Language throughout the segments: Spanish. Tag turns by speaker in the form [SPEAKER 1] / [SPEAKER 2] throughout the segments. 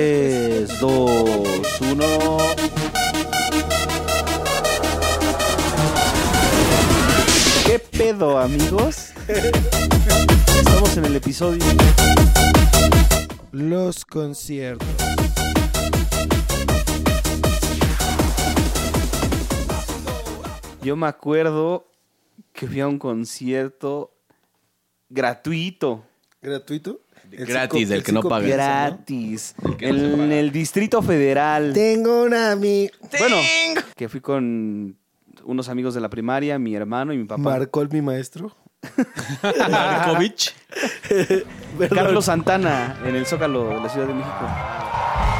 [SPEAKER 1] 3, 2, 1. ¿Qué pedo, amigos? Estamos en el episodio.
[SPEAKER 2] Los conciertos.
[SPEAKER 1] Yo me acuerdo que fui a un concierto gratuito.
[SPEAKER 2] ¿Gratuito?
[SPEAKER 3] Gratis, del que no paga. Eso,
[SPEAKER 1] gratis. En el Distrito Federal.
[SPEAKER 2] Tengo una amiga.
[SPEAKER 1] Bueno, que fui con unos amigos de la primaria, mi hermano y mi papá.
[SPEAKER 2] Marcó el mi maestro.
[SPEAKER 3] Markovich.
[SPEAKER 2] Perdón.
[SPEAKER 1] Carlos Santana en el Zócalo de la Ciudad de México.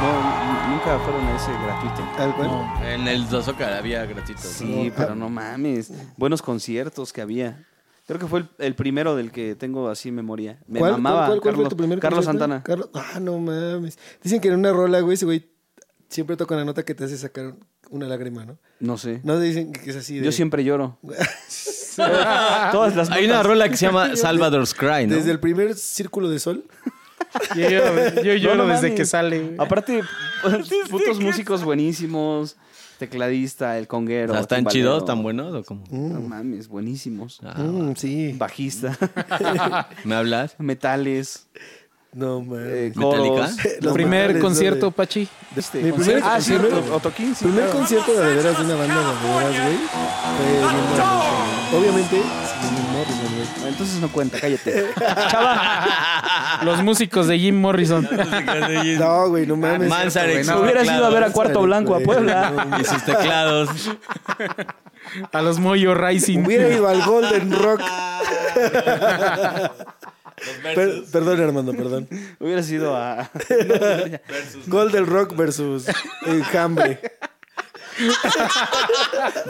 [SPEAKER 1] No, n- nunca fueron a ese gratuito.
[SPEAKER 2] Tal cual.
[SPEAKER 3] En el Zócalo había gratuito.
[SPEAKER 1] Sí, pero no mames. Buenos conciertos que había. Creo que fue el, el primero del que tengo así memoria. Me
[SPEAKER 2] ¿Cuál,
[SPEAKER 1] mamaba.
[SPEAKER 2] cuál, cuál, cuál
[SPEAKER 1] Carlos,
[SPEAKER 2] fue tu primer
[SPEAKER 1] Carlos
[SPEAKER 2] concierto?
[SPEAKER 1] Santana.
[SPEAKER 2] Carlos- Ah, no mames. Dicen que en una rola, güey, ese güey siempre toca una nota que te hace sacar un- una lágrima, ¿no?
[SPEAKER 1] No sé.
[SPEAKER 2] No dicen que es así de...
[SPEAKER 1] Yo siempre lloro. Todas las
[SPEAKER 3] Hay una
[SPEAKER 1] notas.
[SPEAKER 3] rola que se llama Salvador's Cry, ¿no?
[SPEAKER 2] Desde el primer círculo de sol.
[SPEAKER 4] Yo lloro, yo lloro
[SPEAKER 1] No, no
[SPEAKER 4] desde
[SPEAKER 1] mames.
[SPEAKER 4] que sale.
[SPEAKER 1] Aparte, pues, putos músicos buenísimos. Tecladista, el conguero.
[SPEAKER 3] O sea, ¿Están
[SPEAKER 1] timbalero.
[SPEAKER 3] chidos, tan buenos o cómo?
[SPEAKER 1] No mames, buenísimos.
[SPEAKER 3] Ah,
[SPEAKER 2] Mm, sí.
[SPEAKER 1] Bajista,
[SPEAKER 3] ¿Me hablas?
[SPEAKER 1] metales,
[SPEAKER 2] No mames.
[SPEAKER 1] eh, coros.
[SPEAKER 3] ¿Metallica?
[SPEAKER 2] Los
[SPEAKER 4] Primer
[SPEAKER 2] metales,
[SPEAKER 4] concierto,
[SPEAKER 2] ¿no?
[SPEAKER 4] Pachi.
[SPEAKER 1] Este,
[SPEAKER 2] Mi primer
[SPEAKER 1] ah, sí,
[SPEAKER 2] concierto.
[SPEAKER 1] Otto- Otoquín, sí,
[SPEAKER 2] Primer
[SPEAKER 1] claro.
[SPEAKER 2] concierto de veras de una banda de veras, güey. Fue Jim Morrison. Obviamente, sin Jim Morrison, güey.
[SPEAKER 1] Entonces no cuenta, cállate.
[SPEAKER 4] Los músicos de Jim Morrison.
[SPEAKER 2] No, güey, no mames.
[SPEAKER 3] Manzarek.
[SPEAKER 1] No, hubieras ido a ver a Cuarto
[SPEAKER 2] Manzarek,
[SPEAKER 1] Blanco a
[SPEAKER 2] güey.
[SPEAKER 1] Puebla.
[SPEAKER 3] Y sus teclados.
[SPEAKER 4] A los Moyo Rising.
[SPEAKER 2] Hubiera ido al Golden Rock. Per- perdón, Armando, perdón.
[SPEAKER 1] Hubieras ido a.
[SPEAKER 2] Golden Rock versus Enjambre.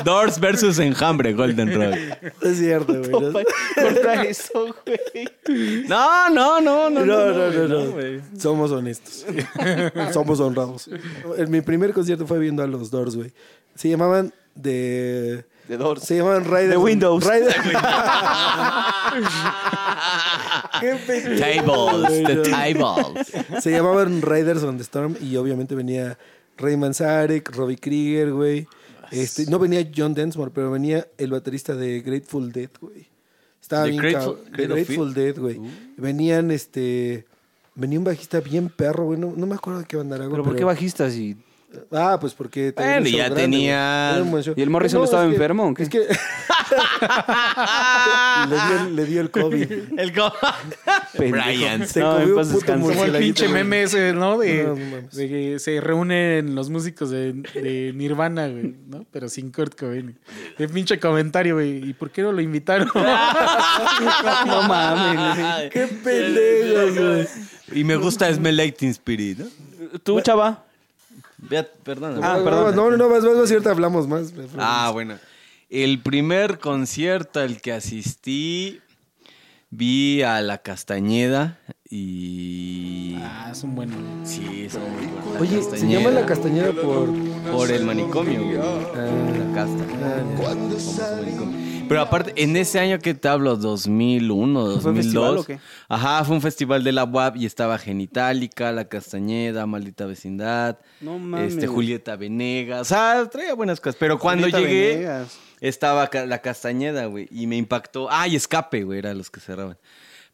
[SPEAKER 3] Doors versus Enjambre, Golden Rock.
[SPEAKER 2] Es cierto, güey. ¿no?
[SPEAKER 1] Corta eso, güey.
[SPEAKER 3] No, no, no, no.
[SPEAKER 2] No, no, no, no. Somos honestos. Somos honrados. En mi primer concierto fue viendo a los Doors, güey. Se llamaban de.
[SPEAKER 1] De Doors.
[SPEAKER 2] Se llamaban Riders.
[SPEAKER 1] De Windows.
[SPEAKER 2] Riders. Qué pendejo,
[SPEAKER 3] Tables,
[SPEAKER 2] güey,
[SPEAKER 3] the
[SPEAKER 2] no.
[SPEAKER 3] tables.
[SPEAKER 2] Se llamaban Riders on the Storm y obviamente venía Ray Manzarek, Robbie Krieger, güey. Este, no venía John Densmore, pero venía el baterista de Grateful Dead, güey. Estaba
[SPEAKER 3] ¿De
[SPEAKER 2] bien
[SPEAKER 3] Grateful-
[SPEAKER 2] cab- de
[SPEAKER 3] Grateful
[SPEAKER 2] Grateful Dead, güey.
[SPEAKER 1] Uh.
[SPEAKER 2] Venían, este... Venía un bajista bien perro, güey. No, no me acuerdo de qué banda era, güey.
[SPEAKER 1] Pero ¿por qué bajistas y.?
[SPEAKER 2] Ah, pues porque... tenía
[SPEAKER 3] Bueno,
[SPEAKER 2] un show
[SPEAKER 3] ya
[SPEAKER 2] grande,
[SPEAKER 3] tenía-
[SPEAKER 2] güey. Era un buen show.
[SPEAKER 1] ¿Y el Morrison
[SPEAKER 2] No,
[SPEAKER 1] estaba
[SPEAKER 2] es que-
[SPEAKER 1] enfermo o qué?
[SPEAKER 2] Es que... le, dio, el- le dio el COVID.
[SPEAKER 3] El co-
[SPEAKER 1] pendejo?
[SPEAKER 3] Brian.
[SPEAKER 2] Se
[SPEAKER 1] No,
[SPEAKER 2] comió
[SPEAKER 1] en
[SPEAKER 2] un
[SPEAKER 1] paz
[SPEAKER 2] puto
[SPEAKER 1] descanse.
[SPEAKER 4] Como el
[SPEAKER 2] murciélago.
[SPEAKER 4] pinche meme ese, ¿no? De,
[SPEAKER 2] No, no mames.
[SPEAKER 4] de que se reúnen los músicos de, de Nirvana, güey, ¿no? Pero sin Kurt Cobain. El pinche comentario, güey. ¿Y por qué no lo invitaron? Ah,
[SPEAKER 1] No mames.
[SPEAKER 2] ¡Qué pendejos, güey!
[SPEAKER 3] Y me gusta Smell Like Teen Spirit, ¿no?
[SPEAKER 1] Tú, chava.
[SPEAKER 3] Vea, perdóname.
[SPEAKER 1] Ah,
[SPEAKER 2] No,
[SPEAKER 1] perdón.
[SPEAKER 2] No, no, no, vas, vas, vas, ahorita hablamos más.
[SPEAKER 3] Ah, bueno. El primer concierto al que asistí, vi a La Castañeda y...
[SPEAKER 4] ah, es un bueno.
[SPEAKER 3] Sí, son muy buenos. La
[SPEAKER 2] Oye, se llama la castañeda por.
[SPEAKER 3] Por el manicomio, güey.
[SPEAKER 1] Ah.
[SPEAKER 3] La casta. Famoso manicomio. Pero aparte, en ese año que te hablo, 2001,
[SPEAKER 1] ¿Fue un festival
[SPEAKER 3] 2002.
[SPEAKER 1] o qué?
[SPEAKER 3] Ajá, fue un festival de la UAP y estaba Genitalica, La Castañeda, Maldita Vecindad,
[SPEAKER 1] No mames.
[SPEAKER 3] este Julieta Venegas. O sea, traía buenas cosas. Pero cuando
[SPEAKER 1] Julieta
[SPEAKER 3] llegué,
[SPEAKER 1] Venegas.
[SPEAKER 3] estaba ca- La Castañeda, güey, y me impactó. Ah, y Escape, güey, eran los que cerraban.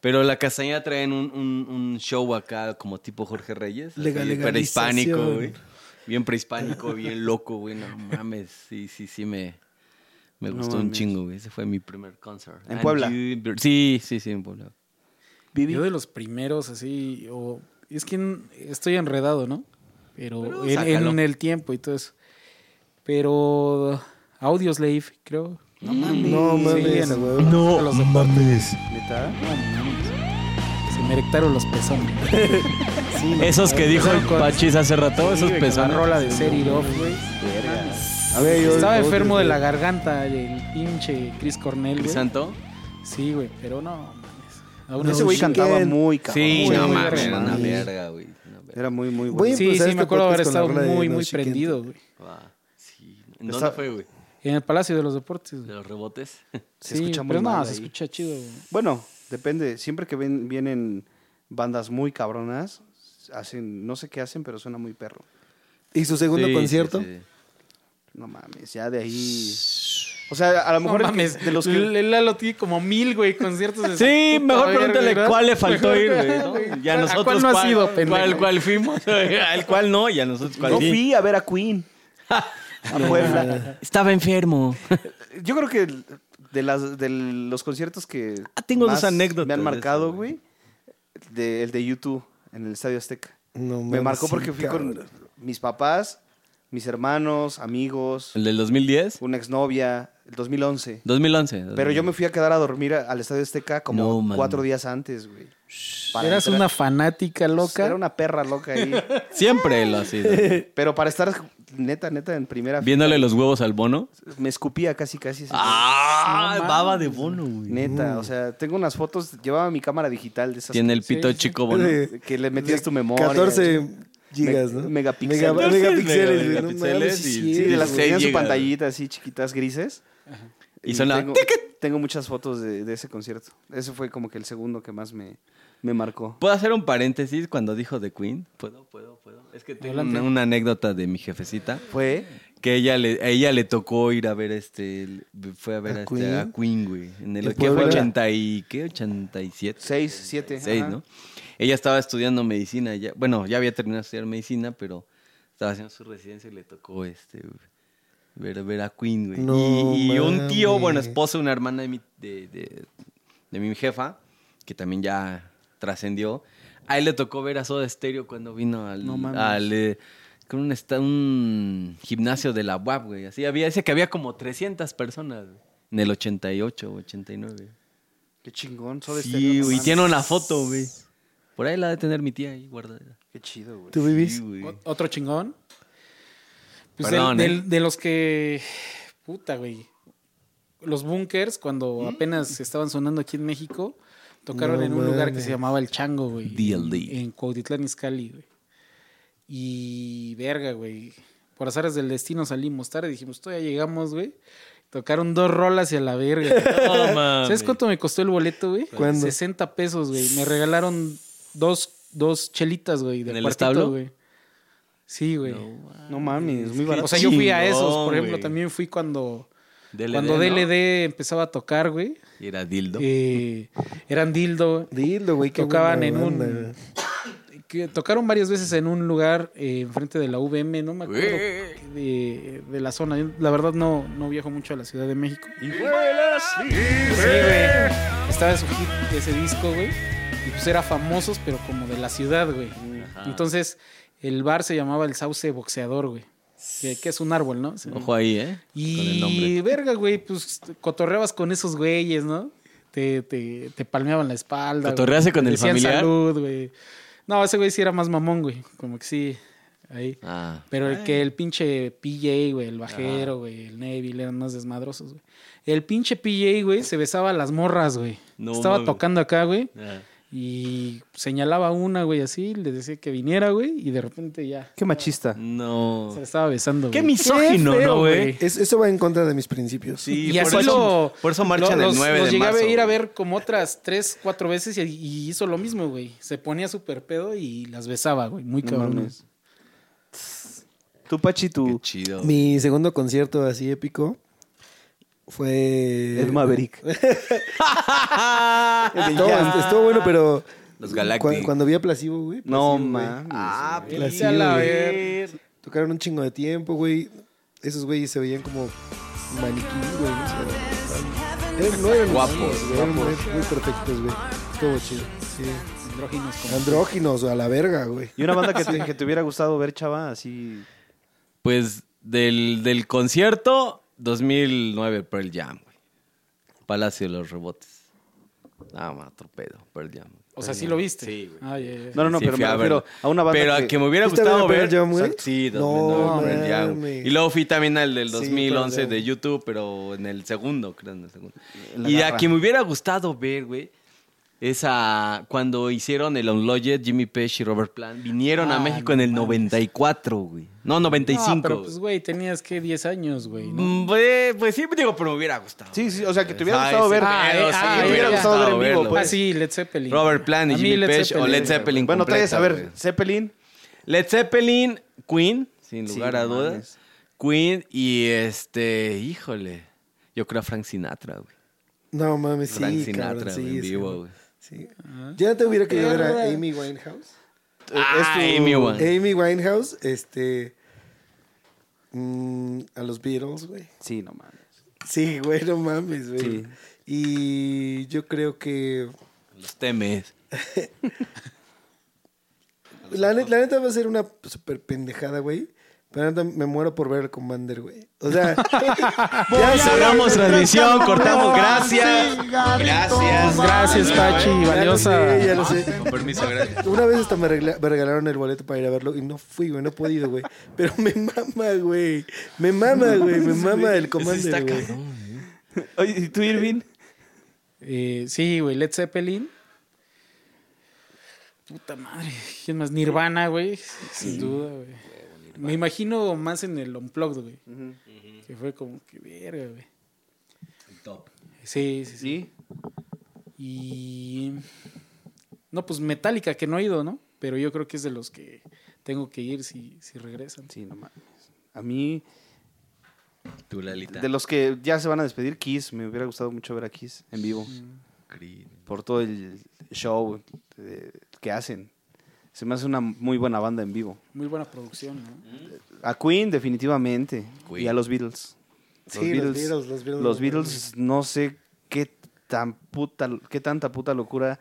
[SPEAKER 3] Pero La Castañeda traen un, un- un show acá como tipo Jorge Reyes. así,
[SPEAKER 2] Legal- legalización.
[SPEAKER 3] prehispánico, güey. Bien prehispánico, bien loco, güey. No mames, sí, sí, sí me, me
[SPEAKER 1] No
[SPEAKER 3] gustó un
[SPEAKER 1] mames.
[SPEAKER 3] chingo, güey. Ese fue mi primer concert.
[SPEAKER 1] ¿En Puebla?
[SPEAKER 3] you- Sí, sí, sí, en Puebla.
[SPEAKER 4] Yo de los primeros, así, o... Es que en- estoy enredado, ¿no? Pero,
[SPEAKER 3] Pero
[SPEAKER 4] en- en,
[SPEAKER 3] sácalo.
[SPEAKER 4] el tiempo y todo eso. Pero... Audioslave, creo.
[SPEAKER 1] No mames.
[SPEAKER 2] No
[SPEAKER 4] Sí,
[SPEAKER 2] mames,
[SPEAKER 4] en-
[SPEAKER 2] güey.
[SPEAKER 4] Los de-
[SPEAKER 1] ¿Neta?
[SPEAKER 4] Se me erectaron los pezones.
[SPEAKER 3] Esos que dijo el
[SPEAKER 4] Con-
[SPEAKER 3] Pachis hace rato, esos
[SPEAKER 4] Sí,
[SPEAKER 3] pesaron.
[SPEAKER 4] La rola de Set It Off, güey.
[SPEAKER 2] A ver, yo-
[SPEAKER 4] Estaba
[SPEAKER 2] yo-
[SPEAKER 4] enfermo
[SPEAKER 2] yo-
[SPEAKER 4] de la garganta el pinche Chris Cornell, güey.
[SPEAKER 3] ¿Crisanto?
[SPEAKER 4] Sí, güey, pero no mames. Aún
[SPEAKER 1] Ese
[SPEAKER 4] no-
[SPEAKER 1] güey
[SPEAKER 2] sí.
[SPEAKER 1] cantaba
[SPEAKER 2] Bien.
[SPEAKER 1] muy cabrón.
[SPEAKER 3] Sí,
[SPEAKER 4] Muy,
[SPEAKER 3] no
[SPEAKER 4] muy
[SPEAKER 3] mames,
[SPEAKER 4] verga.
[SPEAKER 3] una verga, güey. una verga.
[SPEAKER 1] Era muy, muy pues,
[SPEAKER 2] Voy a
[SPEAKER 1] bueno.
[SPEAKER 4] Sí,
[SPEAKER 2] empezar
[SPEAKER 4] sí,
[SPEAKER 2] este
[SPEAKER 4] me acuerdo haber
[SPEAKER 2] podcast con la
[SPEAKER 4] estado
[SPEAKER 2] rola de
[SPEAKER 4] muy, muy
[SPEAKER 2] Noche Quente.
[SPEAKER 4] prendido, güey.
[SPEAKER 3] Ah, sí. ¿En dónde
[SPEAKER 1] Está-
[SPEAKER 3] fue, güey?
[SPEAKER 4] En el Palacio de los Deportes,
[SPEAKER 3] ¿De
[SPEAKER 4] güey.
[SPEAKER 3] los rebotes?
[SPEAKER 1] Se
[SPEAKER 4] sí,
[SPEAKER 1] escucha muy
[SPEAKER 4] pero no,
[SPEAKER 1] mal
[SPEAKER 4] se
[SPEAKER 1] ahí.
[SPEAKER 4] escucha chido, güey.
[SPEAKER 1] Bueno, depende. Siempre que ven- vienen bandas muy cabronas, hacen, no sé qué hacen, pero suena muy perro.
[SPEAKER 2] ¿Y su segundo
[SPEAKER 3] Sí, sí,
[SPEAKER 2] concierto?
[SPEAKER 3] sí.
[SPEAKER 1] No mames, ya de ahí. O sea, a lo mejor el que- de los que.
[SPEAKER 4] L- Lalo tiene como mil, güey, conciertos. de
[SPEAKER 3] Sí,
[SPEAKER 4] su puta
[SPEAKER 3] mejor
[SPEAKER 4] verga,
[SPEAKER 3] pregúntale
[SPEAKER 4] ¿verdad?
[SPEAKER 3] cuál le faltó
[SPEAKER 4] Mejor,
[SPEAKER 3] ir, güey. ¿no? Y a
[SPEAKER 4] ¿A
[SPEAKER 3] nosotros
[SPEAKER 4] cuál no has ido, pendejo?
[SPEAKER 3] ¿Cuál, cuál fuimos? Al cual no, y a nosotros cuál
[SPEAKER 1] No
[SPEAKER 3] sí.
[SPEAKER 1] fui a ver a Queen. A Puebla.
[SPEAKER 3] Estaba enfermo.
[SPEAKER 1] Yo creo que de, las, de los conciertos que.
[SPEAKER 3] Ah, tengo dos
[SPEAKER 1] más
[SPEAKER 3] anécdotas
[SPEAKER 1] Me han
[SPEAKER 3] de
[SPEAKER 1] marcado,
[SPEAKER 3] eso, güey.
[SPEAKER 1] güey. de- el de YouTube en el Estadio Azteca.
[SPEAKER 2] No
[SPEAKER 1] me
[SPEAKER 2] mames,
[SPEAKER 1] marcó
[SPEAKER 2] sí,
[SPEAKER 1] porque fui
[SPEAKER 2] cabrón.
[SPEAKER 1] con mis papás, mis hermanos, amigos,
[SPEAKER 3] ¿El del 2010?
[SPEAKER 1] una exnovia, el 2011.
[SPEAKER 3] 2011.
[SPEAKER 1] Pero yo me fui a quedar a dormir a- al Estadio Azteca
[SPEAKER 3] No,
[SPEAKER 1] como
[SPEAKER 3] man.
[SPEAKER 1] cuatro días antes, güey. Para
[SPEAKER 4] Eras
[SPEAKER 1] entrar. Pues,
[SPEAKER 4] una fanática loca.
[SPEAKER 1] Era una perra loca ahí.
[SPEAKER 3] Siempre lo ha sido.
[SPEAKER 1] Pero para estar neta, neta, en primera fila,
[SPEAKER 3] Viéndole los huevos al bono.
[SPEAKER 1] me escupía casi, casi. ese
[SPEAKER 3] ¡Ah!
[SPEAKER 4] No mames.
[SPEAKER 3] baba de bono, güey.
[SPEAKER 1] güey. Neta, o sea, tengo unas fotos, llevaba mi cámara digital de esas
[SPEAKER 3] Tiene el pito
[SPEAKER 4] Sí, sí.
[SPEAKER 3] chico bono.
[SPEAKER 2] Sí.
[SPEAKER 1] que le metías tu memoria.
[SPEAKER 2] 14 gigas,
[SPEAKER 1] Me-
[SPEAKER 2] ¿no?
[SPEAKER 1] megapíxeles.
[SPEAKER 2] Mega-
[SPEAKER 1] 14
[SPEAKER 2] megapíxeles, güey, no
[SPEAKER 3] megapíxeles
[SPEAKER 2] mames, sí,
[SPEAKER 1] Sí,
[SPEAKER 3] y-
[SPEAKER 2] sí,
[SPEAKER 1] de las que
[SPEAKER 3] 16
[SPEAKER 1] tenían su
[SPEAKER 3] gigas.
[SPEAKER 1] pantallita así, chiquitas, grises.
[SPEAKER 3] Y sonaba,
[SPEAKER 1] tengo, tengo muchas fotos de, de ese concierto. Ese fue como que el segundo que más me, me marcó.
[SPEAKER 3] ¿Puedo hacer un paréntesis cuando dijo The Queen? Puedo, puedo, puedo. Es que tengo
[SPEAKER 4] Adelante.
[SPEAKER 3] una, una anécdota de mi jefecita.
[SPEAKER 1] Fue
[SPEAKER 3] Que ella le, a ella le tocó ir a ver este. el- Fue a ver
[SPEAKER 2] ¿A
[SPEAKER 3] a,
[SPEAKER 2] Queen?
[SPEAKER 3] este, a Queen, güey.
[SPEAKER 2] ¿En
[SPEAKER 3] En el ¿qué fue
[SPEAKER 2] Puebla?
[SPEAKER 3] 80 y, ¿qué? 87.
[SPEAKER 1] 6, 7.
[SPEAKER 3] Seis, ¿no? Ella estaba estudiando medicina. Ya, bueno, ya había terminado de estudiar medicina, pero estaba haciendo su residencia y le tocó este. Ver, ver a Queen, güey.
[SPEAKER 2] No
[SPEAKER 3] y y un tío,
[SPEAKER 2] mames.
[SPEAKER 3] bueno, esposo, una hermana de mi, de, de- de mi jefa, que también ya trascendió. A él le tocó ver a Soda Stereo cuando vino al.
[SPEAKER 1] No mames.
[SPEAKER 3] al, eh, con un, esta- un gimnasio de la UAP, güey. Así había, ese que había como 300 personas, güey, En el 88, 89.
[SPEAKER 1] Qué chingón. Soda Stereo,
[SPEAKER 3] Sí,
[SPEAKER 1] este no
[SPEAKER 3] güey,
[SPEAKER 1] mames.
[SPEAKER 3] tiene una foto, güey. Por ahí la de tener mi tía ahí guardada.
[SPEAKER 1] Qué chido, güey.
[SPEAKER 2] ¿Tú vivís?
[SPEAKER 3] Sí, güey.
[SPEAKER 4] O- Otro chingón. Pues
[SPEAKER 3] Perdón,
[SPEAKER 4] del-
[SPEAKER 3] ¿eh?
[SPEAKER 4] del- de los que. Puta, güey. Los bunkers, cuando
[SPEAKER 1] ¿Mm?
[SPEAKER 4] apenas estaban sonando aquí en México, tocaron
[SPEAKER 2] No
[SPEAKER 4] en un lugar que
[SPEAKER 2] mames.
[SPEAKER 4] se llamaba El Chango, güey.
[SPEAKER 3] DLD.
[SPEAKER 4] En, en Cuautitlán Izcalli, güey. Y verga, güey. Por azares del destino salimos tarde. Dijimos, todavía llegamos, güey. Tocaron dos rolas y a la verga. güey.
[SPEAKER 3] No mames.
[SPEAKER 4] ¿Sabes cuánto me costó el boleto, güey?
[SPEAKER 2] ¿Cuándo?
[SPEAKER 4] 60 pesos, güey. Me regalaron dos, dos chelitas, güey. de
[SPEAKER 3] ¿En el
[SPEAKER 4] cuartito,
[SPEAKER 3] establo?
[SPEAKER 4] güey. Sí, güey.
[SPEAKER 1] No mames, muy barato.
[SPEAKER 4] o sea, yo fui a
[SPEAKER 3] chingón,
[SPEAKER 4] esos. Por ejemplo,
[SPEAKER 3] güey.
[SPEAKER 4] también fui cuando,
[SPEAKER 3] DLD,
[SPEAKER 4] cuando
[SPEAKER 3] ¿no?
[SPEAKER 4] DLD empezaba a tocar, güey.
[SPEAKER 3] Y era dildo.
[SPEAKER 4] Eh, eran dildo.
[SPEAKER 2] Dilo, güey. qué
[SPEAKER 4] Tocaban
[SPEAKER 2] buena
[SPEAKER 4] en un-
[SPEAKER 2] banda.
[SPEAKER 4] Que tocaron varias veces en un lugar eh, enfrente de la VM, no me acuerdo
[SPEAKER 3] Güey.
[SPEAKER 4] qué de, de la zona. Yo, La verdad no, no viajo mucho a la Ciudad de México. Sí, güey. Estaba en su hit de ese disco, güey. Y pues era famosos, pero como de la ciudad, güey. Entonces, el bar se llamaba el Sauce Boxeador, güey. Que, que es un árbol, ¿no? Se-
[SPEAKER 3] Ojo ahí, ¿eh? Con el
[SPEAKER 4] Y
[SPEAKER 3] nombre.
[SPEAKER 4] verga, güey, pues cotorreabas con esos güeyes, ¿no? Te, te, te palmeaban la espalda. güey.
[SPEAKER 3] ¿Cotorreaste con
[SPEAKER 4] Te
[SPEAKER 3] el
[SPEAKER 4] decían
[SPEAKER 3] familiar?
[SPEAKER 4] salud, güey. No, ese güey sí era más mamón, güey. Como que sí, ahí.
[SPEAKER 3] Ah.
[SPEAKER 4] Pero el que el pinche PJ, güey, el bajero, güey, el Neville eran más desmadrosos, güey. El pinche PJ, güey, se besaba a las morras, güey.
[SPEAKER 3] No
[SPEAKER 4] Estaba
[SPEAKER 3] mames.
[SPEAKER 4] tocando acá, güey.
[SPEAKER 3] Ah.
[SPEAKER 4] Y señalaba a una, güey, así, le decía que viniera, güey, y de repente ya
[SPEAKER 1] Qué machista.
[SPEAKER 3] No.
[SPEAKER 4] se la estaba besando,
[SPEAKER 3] Qué
[SPEAKER 4] güey.
[SPEAKER 3] misógino,
[SPEAKER 4] Qué feo,
[SPEAKER 3] ¿no, güey?
[SPEAKER 2] Es- eso va en contra de mis principios.
[SPEAKER 3] Sí,
[SPEAKER 4] y así
[SPEAKER 3] por,
[SPEAKER 4] lo.
[SPEAKER 3] eso, por eso marchan
[SPEAKER 4] lo-
[SPEAKER 3] el 9
[SPEAKER 4] los
[SPEAKER 3] de
[SPEAKER 4] llegué
[SPEAKER 3] marzo.
[SPEAKER 4] a ir a
[SPEAKER 3] güey.
[SPEAKER 4] ver como otras tres, cuatro veces y, y hizo lo mismo, güey. Se ponía súper pedo y las besaba, güey. Muy
[SPEAKER 1] No
[SPEAKER 4] cabrones.
[SPEAKER 1] mames. Tú, Pachi,
[SPEAKER 3] Qué
[SPEAKER 1] tú.
[SPEAKER 3] chido.
[SPEAKER 2] Mi segundo concierto así épico fue...
[SPEAKER 1] El Maverick.
[SPEAKER 2] Estuvo, estuvo bueno, pero...
[SPEAKER 3] Los Galactic.
[SPEAKER 2] cua- Cuando vi a Placebo, güey.
[SPEAKER 1] No
[SPEAKER 2] Placebo, güey.
[SPEAKER 1] mames.
[SPEAKER 3] Ah,
[SPEAKER 1] güey.
[SPEAKER 2] Placebo,
[SPEAKER 4] Vete a la
[SPEAKER 2] güey.
[SPEAKER 4] ver-
[SPEAKER 2] Tocaron un chingo de tiempo, güey. Esos güeyes se veían como maniquíes, güey. no sé. Eran- no eran
[SPEAKER 3] Guapos,
[SPEAKER 2] güey, Eran muy, muy perfectos, güey. Estuvo chido. Sí.
[SPEAKER 4] andróginos como-
[SPEAKER 2] Andróginos, a la verga, güey.
[SPEAKER 1] Y una banda que te, que te hubiera gustado ver, chava, así.
[SPEAKER 3] Pues del, del concierto 2009 Pearl Jam, güey. Palacio de los Rebotes. Ah, ma, otro pedo, Pearl Jam.
[SPEAKER 4] O sea, sí lo viste.
[SPEAKER 3] Sí, güey.
[SPEAKER 4] Ah, ya, ya.
[SPEAKER 1] No, no, no,
[SPEAKER 3] Sí,
[SPEAKER 1] pero
[SPEAKER 3] fui
[SPEAKER 1] me
[SPEAKER 3] a
[SPEAKER 1] refiero
[SPEAKER 3] verlo.
[SPEAKER 1] a una banda.
[SPEAKER 3] Pero a que me hubiera
[SPEAKER 2] ¿Fuiste a ver
[SPEAKER 3] gustado
[SPEAKER 2] a Pearl
[SPEAKER 3] ver.
[SPEAKER 2] Jam, güey?
[SPEAKER 3] Exacto, Sí,
[SPEAKER 2] No,
[SPEAKER 3] 2009, Pearl Jam.
[SPEAKER 2] mames.
[SPEAKER 3] Y luego fui también al del
[SPEAKER 2] Sí,
[SPEAKER 3] 2011
[SPEAKER 2] Pearl Jam.
[SPEAKER 3] de YouTube, pero en el segundo, creo, en el segundo.
[SPEAKER 1] En la
[SPEAKER 3] Y a
[SPEAKER 1] garra.
[SPEAKER 3] que me hubiera gustado ver, güey. Es a cuando hicieron el Unloaded, Jimmy Page y Robert Plant vinieron a
[SPEAKER 4] Ah,
[SPEAKER 3] México
[SPEAKER 4] no
[SPEAKER 3] en el
[SPEAKER 4] mames.
[SPEAKER 3] 94, güey. No, 95.
[SPEAKER 4] No, pero
[SPEAKER 3] güey.
[SPEAKER 4] pues, güey, tenías que 10 años, güey. ¿no?
[SPEAKER 3] Mm, Pues, pues sí, digo, pero me hubiera gustado.
[SPEAKER 1] Sí, sí, o sea, que te hubiera
[SPEAKER 3] Ah,
[SPEAKER 1] gustado ver.
[SPEAKER 3] ese pedo,
[SPEAKER 4] Ah, eh,
[SPEAKER 3] sí,
[SPEAKER 4] ah,
[SPEAKER 3] me
[SPEAKER 4] te
[SPEAKER 3] hubiera gustado
[SPEAKER 1] ver en
[SPEAKER 3] verlo,
[SPEAKER 1] vivo,
[SPEAKER 3] güey.
[SPEAKER 1] pues.
[SPEAKER 4] Ah, sí, Led Zeppelin.
[SPEAKER 3] Robert Plant y
[SPEAKER 4] A mí
[SPEAKER 3] Jimmy
[SPEAKER 4] Led
[SPEAKER 3] Page o
[SPEAKER 4] Zeppelin,
[SPEAKER 3] Led
[SPEAKER 4] güey.
[SPEAKER 3] Zeppelin.
[SPEAKER 1] Bueno, traes
[SPEAKER 3] completa,
[SPEAKER 1] a ver,
[SPEAKER 3] güey.
[SPEAKER 1] Zeppelin.
[SPEAKER 3] Led Zeppelin, Queen, sin
[SPEAKER 1] Sí,
[SPEAKER 3] lugar a
[SPEAKER 1] no
[SPEAKER 3] dudas.
[SPEAKER 1] mames.
[SPEAKER 3] Queen y este, híjole, yo creo a Frank Sinatra, güey.
[SPEAKER 2] No mames, sí,
[SPEAKER 3] Frank
[SPEAKER 2] cabrón,
[SPEAKER 3] Sinatra,
[SPEAKER 2] sí,
[SPEAKER 3] güey, en
[SPEAKER 2] sí,
[SPEAKER 3] vivo, güey.
[SPEAKER 2] sí. Ya no te hubiera querido ver a Amy Winehouse. Eh,
[SPEAKER 3] Ah, Amy Winehouse.
[SPEAKER 2] Amy Winehouse, este. mm, a los Beatles, güey.
[SPEAKER 1] Sí, no mames.
[SPEAKER 2] Sí, güey, no mames, güey.
[SPEAKER 1] Sí.
[SPEAKER 2] Y yo creo que.
[SPEAKER 3] Los temes.
[SPEAKER 2] La, ne- la neta va a ser una super pendejada, güey. Pero la neta me muero por ver al Commander, güey. O sea. ya
[SPEAKER 3] Cerramos
[SPEAKER 2] sé,
[SPEAKER 3] transmisión, cortamos, gracias. Gracias.
[SPEAKER 4] Gracias, Pachi,
[SPEAKER 2] ya lo
[SPEAKER 4] valiosa.
[SPEAKER 2] sé, ya lo sé.
[SPEAKER 3] Con permiso, gracias.
[SPEAKER 2] Una vez hasta me, regla- me regalaron el boleto para ir a verlo y no fui, güey, no he podido, güey. Pero me mama, güey. Me mama, güey, me mama el Commander, güey.
[SPEAKER 1] Oye, ¿y tú, Irving?
[SPEAKER 4] Eh, sí, güey, Led Zeppelin. Puta madre. ¿Quién más? Nirvana, güey. Sin duda, güey. Me imagino más en el Unplugged, güey. Que fue como que verga, güey. Sí, sí, sí.
[SPEAKER 1] Sí.
[SPEAKER 4] Y. No, pues Metallica, que no he ido, ¿no? Pero yo creo que es de los que tengo que ir si, si regresan.
[SPEAKER 1] Sí, no mames. A mí,
[SPEAKER 3] Tu Lalita.
[SPEAKER 1] de los que ya se van a despedir, Kiss. Me hubiera gustado mucho ver a Kiss en vivo. Por todo el show eh, que hacen. Se me hace una muy buena banda en vivo.
[SPEAKER 4] Muy buena producción, ¿no?
[SPEAKER 1] A Queen, definitivamente.
[SPEAKER 3] Queen.
[SPEAKER 1] Y a los Beatles.
[SPEAKER 2] Sí, los Beatles, los Beatles.
[SPEAKER 1] los Beatles, no sé qué, tan puta, qué tanta puta locura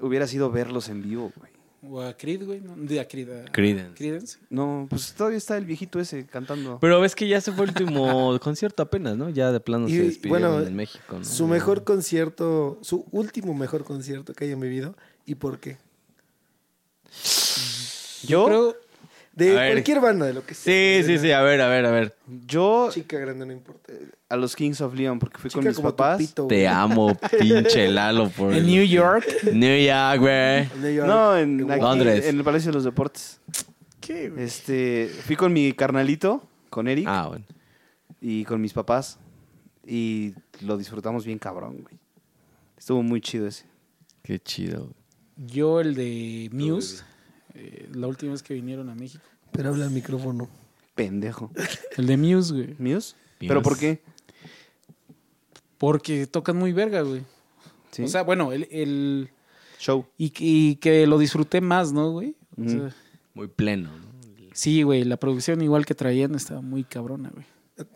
[SPEAKER 1] hubiera sido verlos en vivo, güey.
[SPEAKER 4] O a Creed, güey. ¿no? De a Creed. a-
[SPEAKER 3] Creedence.
[SPEAKER 4] Creedence.
[SPEAKER 1] No, pues todavía está el viejito ese cantando.
[SPEAKER 3] Pero ves que ya se fue el último concierto apenas, ¿no? Ya de plano
[SPEAKER 2] Y,
[SPEAKER 3] se despidieron
[SPEAKER 2] bueno,
[SPEAKER 3] en México, ¿no?
[SPEAKER 2] Su mejor concierto, su último mejor concierto que hayan vivido. ¿Y por qué?
[SPEAKER 1] yo,
[SPEAKER 4] Creo-
[SPEAKER 2] De
[SPEAKER 3] A ver.
[SPEAKER 2] cualquier banda, de lo que sea.
[SPEAKER 3] Sí, sí, sí, a ver, a ver, a ver.
[SPEAKER 1] yo
[SPEAKER 2] Chica grande, no importa.
[SPEAKER 1] a los Kings of Leon, porque fui con
[SPEAKER 2] Chica
[SPEAKER 1] mis
[SPEAKER 2] como tu
[SPEAKER 1] papás.
[SPEAKER 2] pito, güey.
[SPEAKER 3] Te amo, pinche Lalo. Por
[SPEAKER 4] En New York.
[SPEAKER 3] New York, güey.
[SPEAKER 2] New York.
[SPEAKER 1] No, en,
[SPEAKER 2] Qué
[SPEAKER 1] aquí,
[SPEAKER 3] Londres.
[SPEAKER 1] en el Palacio de los Deportes.
[SPEAKER 4] ¿Qué, güey?
[SPEAKER 1] Este, fui con mi carnalito, con Eric,
[SPEAKER 3] Ah, bueno.
[SPEAKER 1] y con mis papás. Y lo disfrutamos bien cabrón, güey. Estuvo muy chido ese.
[SPEAKER 3] Qué chido.
[SPEAKER 4] Yo el de Muse, eh, la última vez que vinieron a México.
[SPEAKER 2] Pero habla al micrófono.
[SPEAKER 1] Pendejo.
[SPEAKER 4] El de Muse, güey.
[SPEAKER 1] ¿Míos?
[SPEAKER 3] Muse.
[SPEAKER 1] ¿Pero por qué?
[SPEAKER 4] Porque tocan muy verga, güey.
[SPEAKER 1] Sí.
[SPEAKER 4] O sea, bueno, el, el-
[SPEAKER 1] show.
[SPEAKER 4] y, que- y que lo disfruté más, ¿no, güey? O
[SPEAKER 1] Ujú.
[SPEAKER 4] sea,
[SPEAKER 3] Muy pleno, ¿no?
[SPEAKER 4] sí, güey, la producción igual que traían estaba muy cabrona, güey.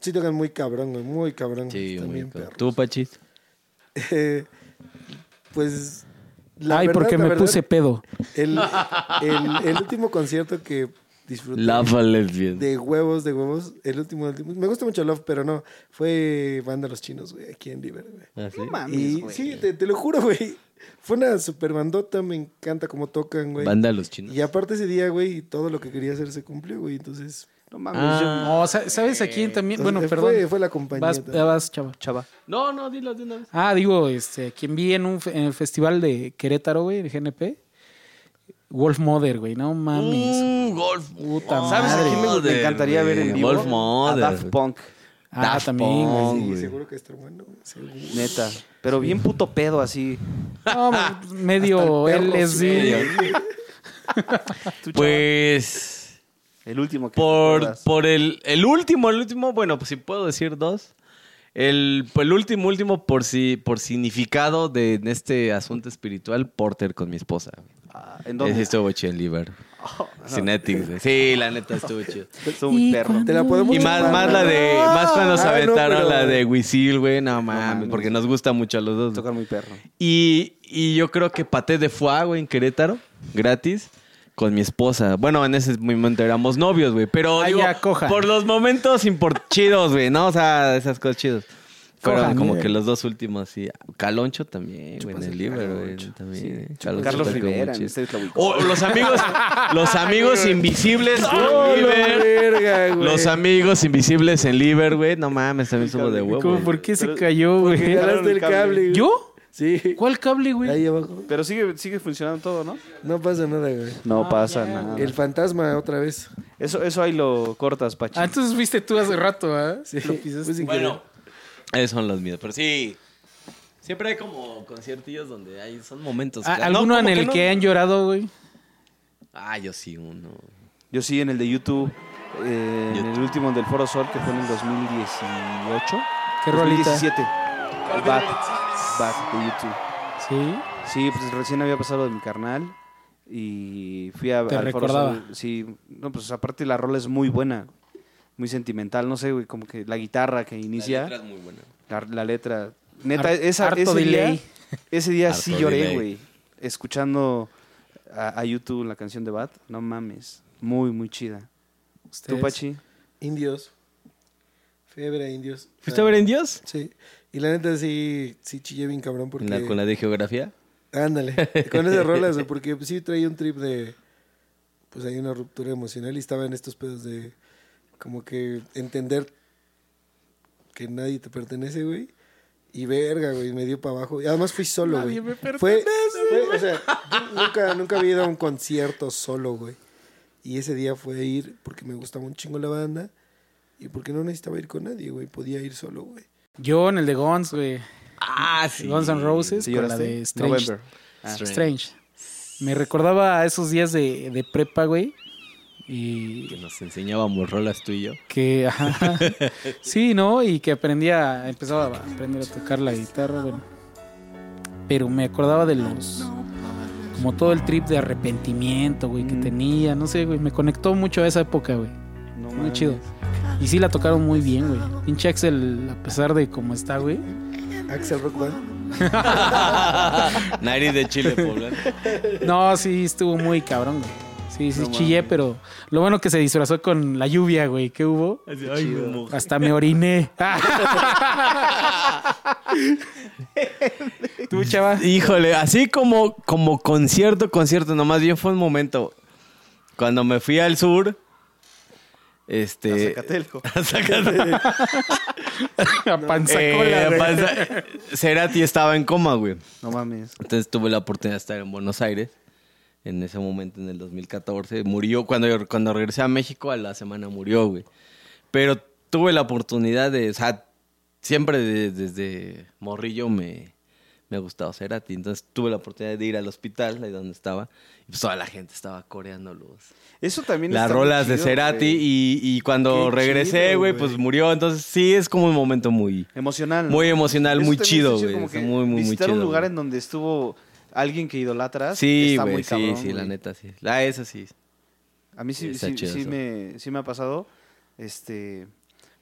[SPEAKER 2] Sí tocan muy cabrón, güey, muy cabrón.
[SPEAKER 3] Sí,
[SPEAKER 2] Están
[SPEAKER 3] muy
[SPEAKER 2] bien
[SPEAKER 3] cool.
[SPEAKER 2] perros.
[SPEAKER 3] ¿Tú, Pachis?
[SPEAKER 2] Eh, pues.
[SPEAKER 4] Ay,
[SPEAKER 2] verdad,
[SPEAKER 4] porque me
[SPEAKER 2] la verdad,
[SPEAKER 4] puse pedo.
[SPEAKER 2] El, el- el último concierto que disfruté.
[SPEAKER 3] Love a lesbian.
[SPEAKER 2] De huevos, de huevos. El último, último- Me gusta mucho Love, pero no. Fue Banda Los Chinos, güey, aquí en River, güey.
[SPEAKER 3] ¿Ah, sí?
[SPEAKER 2] Y sí, te, te lo juro, güey. Fue una super bandota, me encanta cómo tocan, güey.
[SPEAKER 3] Banda Los Chinos.
[SPEAKER 2] Y aparte ese día, güey, todo lo que quería hacer se cumplió, güey. Entonces,
[SPEAKER 1] No mames,
[SPEAKER 3] Ah.
[SPEAKER 4] Pues No, sa- ¿sabes a quién también? Bueno,
[SPEAKER 2] entonces,
[SPEAKER 4] perdón.
[SPEAKER 2] Fue, fue la compañía.
[SPEAKER 4] vas,
[SPEAKER 2] también.
[SPEAKER 4] ah, vas, chava.
[SPEAKER 1] yo- chava.
[SPEAKER 3] No, no, dilo de una vez.
[SPEAKER 4] Ah, digo, este, quien vi en un fe- en el festival de Querétaro, güey, el GNP. Wolf Mother, güey, no mames.
[SPEAKER 3] Uh, golf.
[SPEAKER 4] Puta
[SPEAKER 1] ¿Sabes a
[SPEAKER 4] madre.
[SPEAKER 1] quién me gu- me, encantaría ver en vivo?
[SPEAKER 3] Golf
[SPEAKER 1] a
[SPEAKER 3] Mother.
[SPEAKER 1] Daft Punk,
[SPEAKER 4] Ah,
[SPEAKER 3] Daft
[SPEAKER 4] también, güey.
[SPEAKER 3] Punk,
[SPEAKER 2] Sí,
[SPEAKER 3] güey.
[SPEAKER 2] seguro que está bueno. güey, seguro.
[SPEAKER 1] neta. Pero bien puto pedo así.
[SPEAKER 4] No, pues, medio
[SPEAKER 2] Hasta el perro
[SPEAKER 4] LSD.
[SPEAKER 1] Tú, chava,
[SPEAKER 3] Pues
[SPEAKER 1] el último que
[SPEAKER 3] por,
[SPEAKER 1] recuerdas.
[SPEAKER 3] por el, el último, el último, bueno, pues si puedo decir dos. El, el último, último, por si, por significado de en este asunto espiritual, Porter con mi esposa.
[SPEAKER 1] Ah, ¿En
[SPEAKER 3] Ese
[SPEAKER 1] dónde?
[SPEAKER 3] estuvo chido en Liver. Cinetics, güey. Sí, la neta estuvo chido.
[SPEAKER 1] Estuvo muy perro.
[SPEAKER 2] Te la podemos
[SPEAKER 3] Y más,
[SPEAKER 2] chupar,
[SPEAKER 3] más la
[SPEAKER 2] güey.
[SPEAKER 3] de. Más cuando se
[SPEAKER 2] Ah, no,
[SPEAKER 3] aventaron
[SPEAKER 2] pero-
[SPEAKER 3] la de Wisil, güey. No mames, porque nos gusta mucho a los dos. güey.
[SPEAKER 1] Tocar muy perro.
[SPEAKER 3] Y, y yo creo que paté de foie, güey, en Querétaro, gratis, con mi esposa. Bueno, en ese momento éramos novios, güey. Pero
[SPEAKER 4] Ah,
[SPEAKER 3] digo,
[SPEAKER 4] ya, cojan.
[SPEAKER 3] por los momentos import- chidos, güey, ¿no? O sea, esas cosas chidas. Fueron
[SPEAKER 4] Cojan,
[SPEAKER 3] como
[SPEAKER 4] güey.
[SPEAKER 3] que los dos últimos, sí. Caloncho también, güey, en el libro, güey. También, eh. Caloncho
[SPEAKER 1] Carlos
[SPEAKER 3] tocó
[SPEAKER 1] Rivera,
[SPEAKER 3] mucho.
[SPEAKER 1] en este la ubicó.
[SPEAKER 3] O Oh, los amigos, los amigos invisibles en
[SPEAKER 2] ¡Oh, la
[SPEAKER 3] Liver.
[SPEAKER 2] verga, güey!
[SPEAKER 3] Los amigos invisibles en Liver, güey. No mames, también somos de huevo.
[SPEAKER 4] ¿Cómo,
[SPEAKER 3] güey.
[SPEAKER 4] ¿Por qué se
[SPEAKER 1] Pero-
[SPEAKER 4] cayó, güey?
[SPEAKER 2] Jalaste el
[SPEAKER 1] Jalaron el
[SPEAKER 2] cable,
[SPEAKER 1] cable.
[SPEAKER 2] güey.
[SPEAKER 4] ¿Yo?
[SPEAKER 2] Sí.
[SPEAKER 4] ¿Cuál cable, güey?
[SPEAKER 2] Ahí abajo.
[SPEAKER 1] Pero sigue, sigue funcionando todo, ¿no?
[SPEAKER 2] No pasa nada, güey.
[SPEAKER 1] No
[SPEAKER 4] Ah,
[SPEAKER 1] pasa
[SPEAKER 4] ya.
[SPEAKER 1] nada.
[SPEAKER 2] El fantasma otra vez.
[SPEAKER 1] Eso, eso ahí lo cortas, Pachi.
[SPEAKER 4] Ah, entonces fuiste tú hace rato, ¿ah?
[SPEAKER 2] Sí.
[SPEAKER 4] Lo pisaste.
[SPEAKER 2] Pues sí.
[SPEAKER 3] Bueno, esos son los míos. Pero sí. Siempre hay como conciertillos donde hay, son momentos.
[SPEAKER 4] Ah,
[SPEAKER 3] clave.
[SPEAKER 4] ¿Alguno
[SPEAKER 3] No,
[SPEAKER 4] en
[SPEAKER 3] como
[SPEAKER 4] el que,
[SPEAKER 3] no-
[SPEAKER 4] han llorado, güey?
[SPEAKER 3] Ah, yo sí, uno.
[SPEAKER 1] Yo sí, en el de YouTube, eh, en el último del Foro Sol, que fue en el 2018.
[SPEAKER 4] ¿Qué rolita?
[SPEAKER 1] 2017. Back, back de YouTube.
[SPEAKER 4] Sí.
[SPEAKER 1] Sí, pues recién había pasado de mi carnal y fui a,
[SPEAKER 4] Te
[SPEAKER 1] al Foro
[SPEAKER 4] recordaba.
[SPEAKER 1] Sol. Sí, no, pues aparte la rola es muy buena, muy sentimental, no sé, güey, como que la guitarra que
[SPEAKER 3] La
[SPEAKER 1] inicia,
[SPEAKER 3] letra es muy buena.
[SPEAKER 1] la, la letra. Neta,
[SPEAKER 4] Har-
[SPEAKER 1] esa,
[SPEAKER 4] harto
[SPEAKER 1] ese día,
[SPEAKER 4] delay.
[SPEAKER 1] ese día
[SPEAKER 3] Harto
[SPEAKER 1] sí lloré,
[SPEAKER 3] delay.
[SPEAKER 1] güey, escuchando a, a YouTube la canción de Bat, no mames, muy, muy chida. ¿Tú,
[SPEAKER 4] Ustedes.
[SPEAKER 1] Pachi?
[SPEAKER 2] Indios. Fiebre a indios.
[SPEAKER 3] ¿Fuiste a ver en Dios?
[SPEAKER 2] Sí. Y la neta sí, sí chillé bien cabrón porque...
[SPEAKER 3] ¿La, ¿Con la de geografía?
[SPEAKER 2] Ándale. Con esas rolas, güey, porque pues, sí traía un trip de... Pues hay una ruptura emocional y estaba en estos pedos de... Como que entender que nadie te pertenece, güey. Y verga, güey, me dio para abajo. Y además fui solo,
[SPEAKER 4] Nadie
[SPEAKER 2] güey.
[SPEAKER 4] me
[SPEAKER 2] Fue-
[SPEAKER 4] pertenece,
[SPEAKER 2] fue- o sea, yo nunca, nunca había ido a un concierto solo, güey. Y ese día fue ir porque me gustaba un chingo la banda y porque no necesitaba ir con nadie, güey. Podía ir solo, güey.
[SPEAKER 4] Yo en el de Guns, güey.
[SPEAKER 3] Ah, sí.
[SPEAKER 4] Guns N' Roses
[SPEAKER 1] ¿Sí
[SPEAKER 4] con la
[SPEAKER 1] lloraste?
[SPEAKER 4] de Strange.
[SPEAKER 1] November. Ah.
[SPEAKER 4] Strange. Me recordaba a esos días de, de prepa, güey. Y
[SPEAKER 3] Que nos enseñábamos rolas tú y yo.
[SPEAKER 4] que ajá. sí no y que aprendía empezaba a aprender a tocar la guitarra bueno pero me acordaba de los como todo el trip de arrepentimiento güey que tenía no sé güey me conectó mucho a esa época güey
[SPEAKER 1] No
[SPEAKER 4] muy chido y sí la tocaron muy bien güey pinche Axel a pesar de cómo está güey
[SPEAKER 2] Axel Rock Band.
[SPEAKER 3] Nari de Chile, poblano.
[SPEAKER 4] no sí estuvo muy cabrón güey sí sí
[SPEAKER 1] No
[SPEAKER 4] chillé
[SPEAKER 1] mames.
[SPEAKER 4] pero lo bueno que se disfrazó con la lluvia güey que hubo hasta me oriné tú chava
[SPEAKER 3] Híjole, así como, como concierto, concierto, nomás bien fue un momento. Cuando me fui al sur, este.
[SPEAKER 1] Zacatelco.
[SPEAKER 3] A Zacatelco.
[SPEAKER 4] A panzacola,
[SPEAKER 3] Eh,
[SPEAKER 4] güey.
[SPEAKER 3] pasa- Cerati estaba en coma, güey.
[SPEAKER 1] No mames.
[SPEAKER 3] Entonces tuve la oportunidad de estar en Buenos Aires. En ese momento, en el 2014, murió. Cuando, cuando regresé a México, a la semana murió, güey. Pero tuve la oportunidad de. O sea, siempre de- desde Morrillo me, me ha gustado Cerati. Entonces tuve la oportunidad de ir al hospital, ahí donde estaba. Y pues toda la gente estaba coreando los,
[SPEAKER 1] Eso también
[SPEAKER 3] las
[SPEAKER 1] está muy
[SPEAKER 3] rolas de
[SPEAKER 1] chido,
[SPEAKER 3] Cerati.
[SPEAKER 1] güey.
[SPEAKER 3] Y, y cuando
[SPEAKER 2] Qué
[SPEAKER 3] regresé,
[SPEAKER 2] chido,
[SPEAKER 3] güey,
[SPEAKER 2] güey.
[SPEAKER 3] pues murió. Entonces sí es como un momento muy.
[SPEAKER 1] Emocional.
[SPEAKER 3] Muy emocional,
[SPEAKER 1] Eso
[SPEAKER 3] muy
[SPEAKER 1] también está
[SPEAKER 3] chido, güey.
[SPEAKER 1] como
[SPEAKER 3] Está
[SPEAKER 1] que
[SPEAKER 3] muy, muy, muy
[SPEAKER 1] visitar un
[SPEAKER 3] chido,
[SPEAKER 1] lugar
[SPEAKER 3] güey.
[SPEAKER 1] en donde estuvo alguien que idolatras.
[SPEAKER 3] Sí,
[SPEAKER 1] está
[SPEAKER 3] güey,
[SPEAKER 1] muy
[SPEAKER 3] sí,
[SPEAKER 1] cabrón,
[SPEAKER 3] sí, la
[SPEAKER 1] güey.
[SPEAKER 3] neta, sí. La esa sí.
[SPEAKER 1] A mí sí,
[SPEAKER 3] Eh, Está
[SPEAKER 1] sí,
[SPEAKER 3] chido
[SPEAKER 1] sí
[SPEAKER 3] eso.
[SPEAKER 1] me, sí me ha pasado. Este.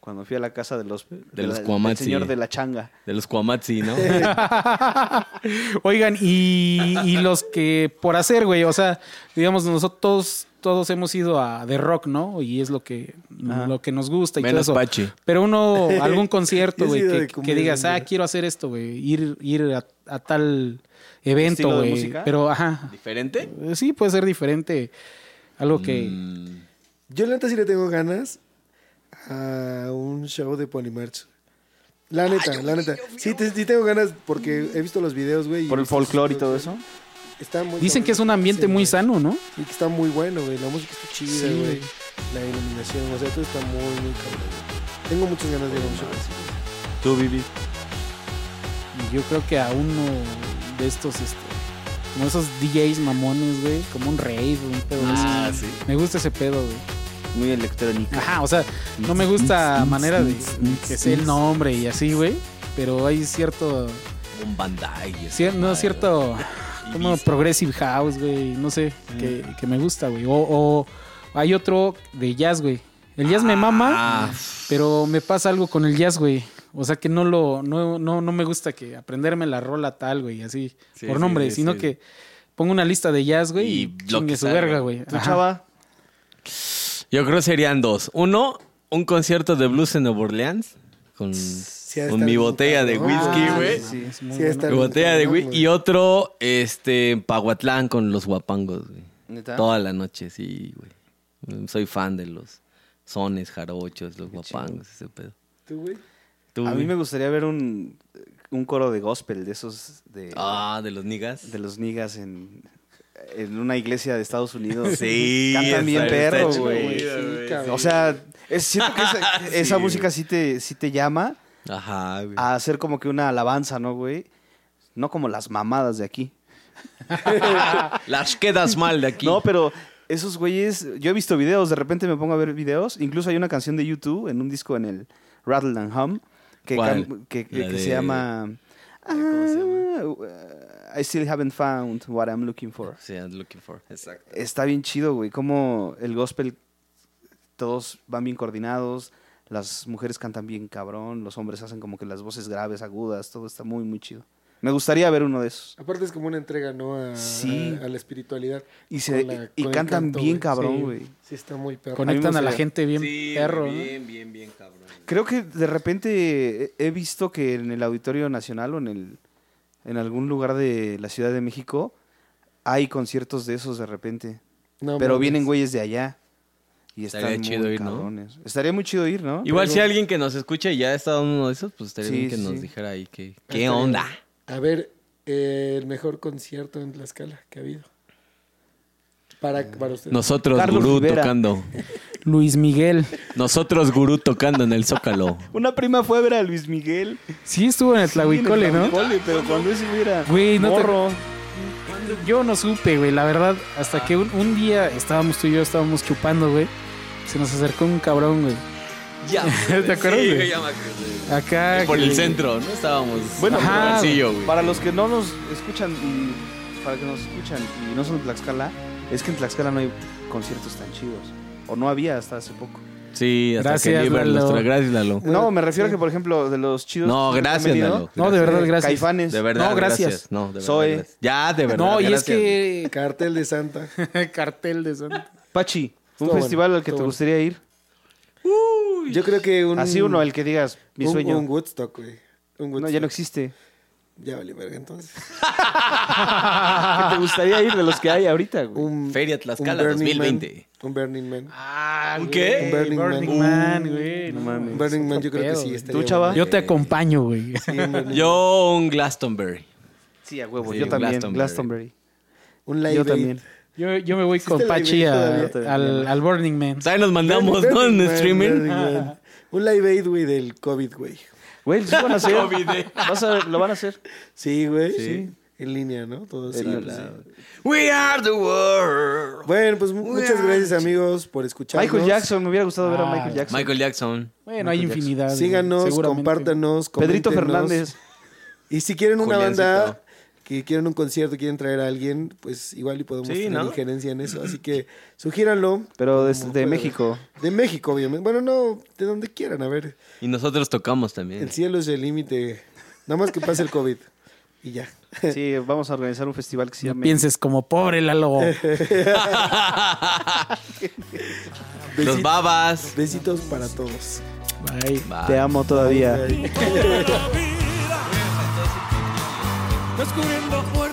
[SPEAKER 1] Cuando fui a la casa de los. De,
[SPEAKER 3] los
[SPEAKER 1] la- del
[SPEAKER 3] Cuamats,
[SPEAKER 1] señor
[SPEAKER 3] sí.
[SPEAKER 1] de la changa.
[SPEAKER 3] De los Cuamatsi, ¿no?
[SPEAKER 4] Oigan, y, y los que por hacer, güey, o sea, digamos, nosotros todos, todos hemos ido a de rock, ¿no? Y es lo que,
[SPEAKER 1] Ajá.
[SPEAKER 4] lo que nos gusta y
[SPEAKER 3] Menos
[SPEAKER 4] todo eso.
[SPEAKER 3] Pachi.
[SPEAKER 4] Pero uno, algún
[SPEAKER 2] Yo
[SPEAKER 4] concierto,
[SPEAKER 2] he
[SPEAKER 4] güey,
[SPEAKER 2] sido
[SPEAKER 4] que,
[SPEAKER 2] de
[SPEAKER 4] que
[SPEAKER 2] cumbia
[SPEAKER 4] digas,
[SPEAKER 2] india.
[SPEAKER 4] ah, quiero hacer esto, güey, ir, ir a, a tal evento,
[SPEAKER 1] ¿Estilo de
[SPEAKER 4] güey.
[SPEAKER 1] música?
[SPEAKER 4] Pero, ajá,
[SPEAKER 3] ¿Diferente?
[SPEAKER 4] Eh, sí, puede ser diferente. Algo que...
[SPEAKER 3] Mm,
[SPEAKER 2] Yo la neta sí le tengo ganas a un show de Polymerch. La neta, la neta. Sí, te- sí tengo ganas porque he visto los videos, güey. y
[SPEAKER 1] Por el
[SPEAKER 2] he visto
[SPEAKER 1] folclore y
[SPEAKER 2] los-
[SPEAKER 1] todo eso.
[SPEAKER 2] Está muy
[SPEAKER 4] Dicen que es un ambiente muy
[SPEAKER 2] sano
[SPEAKER 4] sano, ¿no?
[SPEAKER 2] Y que está muy bueno, güey. La música está chida,
[SPEAKER 4] Sí,
[SPEAKER 2] güey.
[SPEAKER 4] güey.
[SPEAKER 2] La iluminación, o sea, todo está muy, muy cabrón. güey. Tengo muchas ganas de ir a un show así.
[SPEAKER 3] Tú, Vivi.
[SPEAKER 4] Y Yo creo que a uno de estos, este, como esos DJs mamones, güey, como un rave, un pedo de
[SPEAKER 3] Ah,
[SPEAKER 4] esos.
[SPEAKER 3] sí.
[SPEAKER 4] Me gusta ese pedo, güey.
[SPEAKER 1] Muy electrónica.
[SPEAKER 4] Ajá, o sea, no me gusta manera de, de que sea el nombre y así, güey. Pero hay cierto,
[SPEAKER 3] Un Bandai. esa
[SPEAKER 4] cier- no
[SPEAKER 3] madre.
[SPEAKER 4] cierto, como
[SPEAKER 3] Ibiza.
[SPEAKER 4] progressive house, güey, no sé, que,
[SPEAKER 3] Mm.
[SPEAKER 4] que me gusta, güey. O, o hay otro de jazz, güey. El jazz me mama,
[SPEAKER 3] Ah.
[SPEAKER 4] pero me pasa algo con el jazz, güey. O sea que no lo, no, no, no me gusta que aprenderme la rola tal, güey, así,
[SPEAKER 3] Sí,
[SPEAKER 4] por
[SPEAKER 3] sí,
[SPEAKER 4] nombre,
[SPEAKER 3] sí,
[SPEAKER 4] sino
[SPEAKER 3] sí.
[SPEAKER 4] que pongo una lista de jazz, güey,
[SPEAKER 3] Y
[SPEAKER 4] y,
[SPEAKER 3] lo
[SPEAKER 4] chingue
[SPEAKER 3] que
[SPEAKER 4] su
[SPEAKER 3] salga.
[SPEAKER 4] verga, güey. Ah,
[SPEAKER 1] ¿Tú,
[SPEAKER 4] Ajá.
[SPEAKER 1] chava?
[SPEAKER 3] Yo creo serían dos. Uno, un concierto de blues en Nueva Orleans. Con,
[SPEAKER 2] ha de
[SPEAKER 3] con
[SPEAKER 2] estar
[SPEAKER 3] mi
[SPEAKER 2] bien
[SPEAKER 3] botella de
[SPEAKER 2] cabrón.
[SPEAKER 3] whisky,
[SPEAKER 4] Ah,
[SPEAKER 3] güey.
[SPEAKER 4] sí, es muy
[SPEAKER 2] Sí,
[SPEAKER 4] bueno.
[SPEAKER 2] está
[SPEAKER 3] Mi botella de
[SPEAKER 2] cabrón,
[SPEAKER 3] whisky. Y otro, este, en Pahuatlán con los guapangos, güey.
[SPEAKER 1] ¿Neta?
[SPEAKER 3] Toda la noche, sí, güey. Mm, Soy fan de los sones, jarochos, los guapangos, ese pedo.
[SPEAKER 2] ¿Tú, güey?
[SPEAKER 3] Tú,
[SPEAKER 1] a mí
[SPEAKER 3] güey.
[SPEAKER 1] me gustaría ver un. un coro de gospel de esos de,
[SPEAKER 3] Ah, de los niggas.
[SPEAKER 1] de los niggas en, en una iglesia de Estados Unidos.
[SPEAKER 3] Sí,
[SPEAKER 1] Cantan bien
[SPEAKER 3] está- está
[SPEAKER 1] perro,
[SPEAKER 3] chido,
[SPEAKER 1] güey.
[SPEAKER 3] güey.
[SPEAKER 2] Sí, cabrón.
[SPEAKER 1] O sea, es, siento que esa, esa
[SPEAKER 3] Sí.
[SPEAKER 1] música sí te, sí te llama
[SPEAKER 3] Ajá, güey.
[SPEAKER 1] a hacer como que una alabanza, ¿no, güey? No como las mamadas de aquí.
[SPEAKER 3] Las quedas mal de aquí.
[SPEAKER 1] No, pero esos güeyes, yo he visto videos, de repente me pongo a ver videos. Incluso hay una canción de YouTube en un disco en el Rattle and Hum que,
[SPEAKER 3] ¿Cuál?
[SPEAKER 1] cam- que,
[SPEAKER 3] La
[SPEAKER 1] que
[SPEAKER 3] de-
[SPEAKER 1] se llama.
[SPEAKER 3] ¿Cómo se
[SPEAKER 1] Ah, uh, I still haven't found what I'm looking for.
[SPEAKER 3] Sí, I'm looking for. Exacto.
[SPEAKER 1] Está bien chido, güey. Como el gospel, todos van bien coordinados, las mujeres cantan bien cabrón, los hombres hacen como que las voces graves, agudas, todo está muy, muy chido. Me gustaría ver uno de esos.
[SPEAKER 2] Aparte es como una entrega, ¿no? A,
[SPEAKER 1] Sí.
[SPEAKER 2] a la espiritualidad.
[SPEAKER 1] Y se-
[SPEAKER 2] Con la-
[SPEAKER 1] y
[SPEAKER 2] con el
[SPEAKER 1] cantan bien
[SPEAKER 2] güey.
[SPEAKER 1] cabrón,
[SPEAKER 2] Sí,
[SPEAKER 1] güey.
[SPEAKER 2] Sí, está muy perro.
[SPEAKER 4] Conectan a la
[SPEAKER 1] Sí,
[SPEAKER 4] gente bien perro, ¿no?
[SPEAKER 3] Bien, bien, bien, cabrón.
[SPEAKER 1] Creo que de repente he he visto que en el Auditorio Nacional o en, el, en algún lugar de la Ciudad de México hay conciertos de esos de repente.
[SPEAKER 2] No
[SPEAKER 1] pero
[SPEAKER 2] mames.
[SPEAKER 1] vienen güeyes de allá. Y
[SPEAKER 3] Estaría
[SPEAKER 1] están
[SPEAKER 3] chido
[SPEAKER 1] muy
[SPEAKER 3] ir, ¿no?
[SPEAKER 1] cabrones. Estaría muy chido ir, ¿no?
[SPEAKER 3] Igual si alguien que nos escucha y ya ha estado en uno de esos, pues estaría
[SPEAKER 1] Sí,
[SPEAKER 3] bien que
[SPEAKER 1] sí.
[SPEAKER 3] nos dijera ahí que,
[SPEAKER 2] Está
[SPEAKER 3] qué
[SPEAKER 2] bien.
[SPEAKER 3] onda.
[SPEAKER 2] A ver, eh, el mejor concierto en Tlaxcala que ha habido. Para,
[SPEAKER 1] Eh,
[SPEAKER 2] para ustedes.
[SPEAKER 3] Nosotros
[SPEAKER 1] Carlos
[SPEAKER 3] gurú
[SPEAKER 1] Rivera.
[SPEAKER 3] tocando.
[SPEAKER 4] Luis Miguel.
[SPEAKER 3] Nosotros gurú tocando en el Zócalo.
[SPEAKER 1] Una prima fue a ver a Luis Miguel.
[SPEAKER 4] Sí estuvo en el Tlahuicole, ¿no?
[SPEAKER 1] Tlahuicole, pero cuando ese hubiera
[SPEAKER 4] Güey, no te-
[SPEAKER 1] morro.
[SPEAKER 4] Yo no supe, güey, la verdad. Hasta
[SPEAKER 3] Ah.
[SPEAKER 4] que un, un día estábamos tú y yo, estábamos chupando, güey. Se nos acercó un cabrón, güey.
[SPEAKER 3] Ya.
[SPEAKER 4] ¿Te acuerdas,
[SPEAKER 3] Sí,
[SPEAKER 4] güey?
[SPEAKER 3] ya me acordé.
[SPEAKER 4] Acá.
[SPEAKER 3] Por el
[SPEAKER 4] güey.
[SPEAKER 3] centro, ¿no? Estábamos.
[SPEAKER 1] Bueno,
[SPEAKER 3] por el
[SPEAKER 4] ajá,
[SPEAKER 3] barcillo, güey.
[SPEAKER 1] Para los que no nos escuchan y para que nos escuchan y no son de Tlaxcala, es que en Tlaxcala no hay conciertos tan chidos. O no había hasta hace poco.
[SPEAKER 3] Sí, hasta
[SPEAKER 4] Gracias,
[SPEAKER 3] que Lieber
[SPEAKER 4] Lalo.
[SPEAKER 3] los tra- Gracias, Lalo.
[SPEAKER 1] No, me refiero a que, por ejemplo, de los chidos.
[SPEAKER 3] No,
[SPEAKER 1] que han
[SPEAKER 3] gracias,
[SPEAKER 1] venido,
[SPEAKER 3] Lalo.
[SPEAKER 4] No, de verdad, gracias.
[SPEAKER 1] Caifanes.
[SPEAKER 3] De verdad.
[SPEAKER 4] No, gracias.
[SPEAKER 3] No, de verdad.
[SPEAKER 1] Soy-
[SPEAKER 3] gracias. Ya, de verdad.
[SPEAKER 4] No, y
[SPEAKER 3] gracias.
[SPEAKER 4] es que.
[SPEAKER 2] Cartel de Santa.
[SPEAKER 4] Cartel de Santa.
[SPEAKER 1] Pachi, un
[SPEAKER 2] Estuvo
[SPEAKER 1] festival
[SPEAKER 2] bueno,
[SPEAKER 1] al que te
[SPEAKER 2] estuvo bueno.
[SPEAKER 1] gustaría ir.
[SPEAKER 2] Yo creo que un.
[SPEAKER 1] Así uno, el que digas, mi
[SPEAKER 2] un-
[SPEAKER 1] sueño.
[SPEAKER 2] Un Woodstock, güey. Un Woodstock.
[SPEAKER 1] no, ya no existe.
[SPEAKER 2] Ya vale, verga, entonces.
[SPEAKER 1] ¿Qué te gustaría ir de los que hay ahorita, güey?
[SPEAKER 2] Un,
[SPEAKER 3] Feria Tlaxcala
[SPEAKER 2] un Burning
[SPEAKER 3] 2020.
[SPEAKER 2] Man, un Burning Man.
[SPEAKER 4] Ah,
[SPEAKER 3] ¿Un
[SPEAKER 4] güey,
[SPEAKER 3] qué?
[SPEAKER 4] un
[SPEAKER 2] Burning
[SPEAKER 4] Burning,
[SPEAKER 2] Man.
[SPEAKER 4] Man, güey. No
[SPEAKER 2] Un
[SPEAKER 4] mames.
[SPEAKER 2] Burning Man, yo creo que
[SPEAKER 4] pedo,
[SPEAKER 2] sí.
[SPEAKER 4] güey.
[SPEAKER 2] estaría
[SPEAKER 1] ¿Tú, chava?
[SPEAKER 2] bueno.
[SPEAKER 4] Yo te acompaño, güey.
[SPEAKER 2] Sí, un Burning Man.
[SPEAKER 3] Yo un Glastonbury.
[SPEAKER 1] Sí, a huevo.
[SPEAKER 3] Sí,
[SPEAKER 1] yo también,
[SPEAKER 3] Glastonbury.
[SPEAKER 1] Glastonbury.
[SPEAKER 2] Un live
[SPEAKER 1] Yo
[SPEAKER 2] Aid.
[SPEAKER 1] también.
[SPEAKER 4] Yo, yo me voy
[SPEAKER 2] ¿Existe
[SPEAKER 4] con
[SPEAKER 2] la
[SPEAKER 4] Pachi
[SPEAKER 2] idea
[SPEAKER 4] a-
[SPEAKER 1] todavía?
[SPEAKER 4] al, al Burning Man.
[SPEAKER 3] Ahí nos
[SPEAKER 2] Burning-
[SPEAKER 3] mandamos, ¿no? En
[SPEAKER 2] Burning Man,
[SPEAKER 3] streaming.
[SPEAKER 2] Burning Man. Un live aid, güey, del COVID, güey.
[SPEAKER 1] Güey, sí van a hacer.
[SPEAKER 3] COVID, eh.
[SPEAKER 1] Vas a ver, lo van a hacer.
[SPEAKER 2] Sí, güey.
[SPEAKER 1] Sí.
[SPEAKER 2] En línea, ¿no? Todo así.
[SPEAKER 1] El-
[SPEAKER 2] Sí.
[SPEAKER 3] We are the world.
[SPEAKER 2] Bueno, pues mu- muchas gracias, amigos, por escucharnos.
[SPEAKER 1] Michael Jackson, me hubiera gustado ver a
[SPEAKER 4] Ah,
[SPEAKER 1] Michael Jackson.
[SPEAKER 3] Michael Jackson.
[SPEAKER 4] Bueno,
[SPEAKER 3] pues
[SPEAKER 4] hay
[SPEAKER 1] Michael
[SPEAKER 4] infinidad. güey,
[SPEAKER 2] Síganos,
[SPEAKER 4] seguramente.
[SPEAKER 2] compártanos.
[SPEAKER 1] Pedrito
[SPEAKER 2] coméntenos.
[SPEAKER 1] Fernández.
[SPEAKER 2] Y si quieren una
[SPEAKER 3] Juliancito.
[SPEAKER 2] banda que quieren un concierto, quieren traer a alguien, pues igual y podemos
[SPEAKER 3] Sí,
[SPEAKER 2] tener
[SPEAKER 3] ¿no?
[SPEAKER 2] injerencia en eso. Así que sugiéranlo.
[SPEAKER 1] Pero de,
[SPEAKER 2] Como
[SPEAKER 1] de
[SPEAKER 2] pueda.
[SPEAKER 1] México.
[SPEAKER 2] De México, obviamente. Bueno, no, de donde quieran. A ver,
[SPEAKER 3] Y nosotros tocamos también.
[SPEAKER 2] el cielo es el límite. Nada más que pase el COVID. Y ya.
[SPEAKER 1] Sí, vamos a organizar un festival que se
[SPEAKER 4] No
[SPEAKER 1] llama.
[SPEAKER 4] pienses como pobre Lalo.
[SPEAKER 3] Los
[SPEAKER 2] Besitos,
[SPEAKER 3] babas.
[SPEAKER 2] besitos para todos.
[SPEAKER 4] Bye.
[SPEAKER 3] Bye.
[SPEAKER 1] Te amo todavía.
[SPEAKER 2] Bye.
[SPEAKER 5] descubriendo fuego.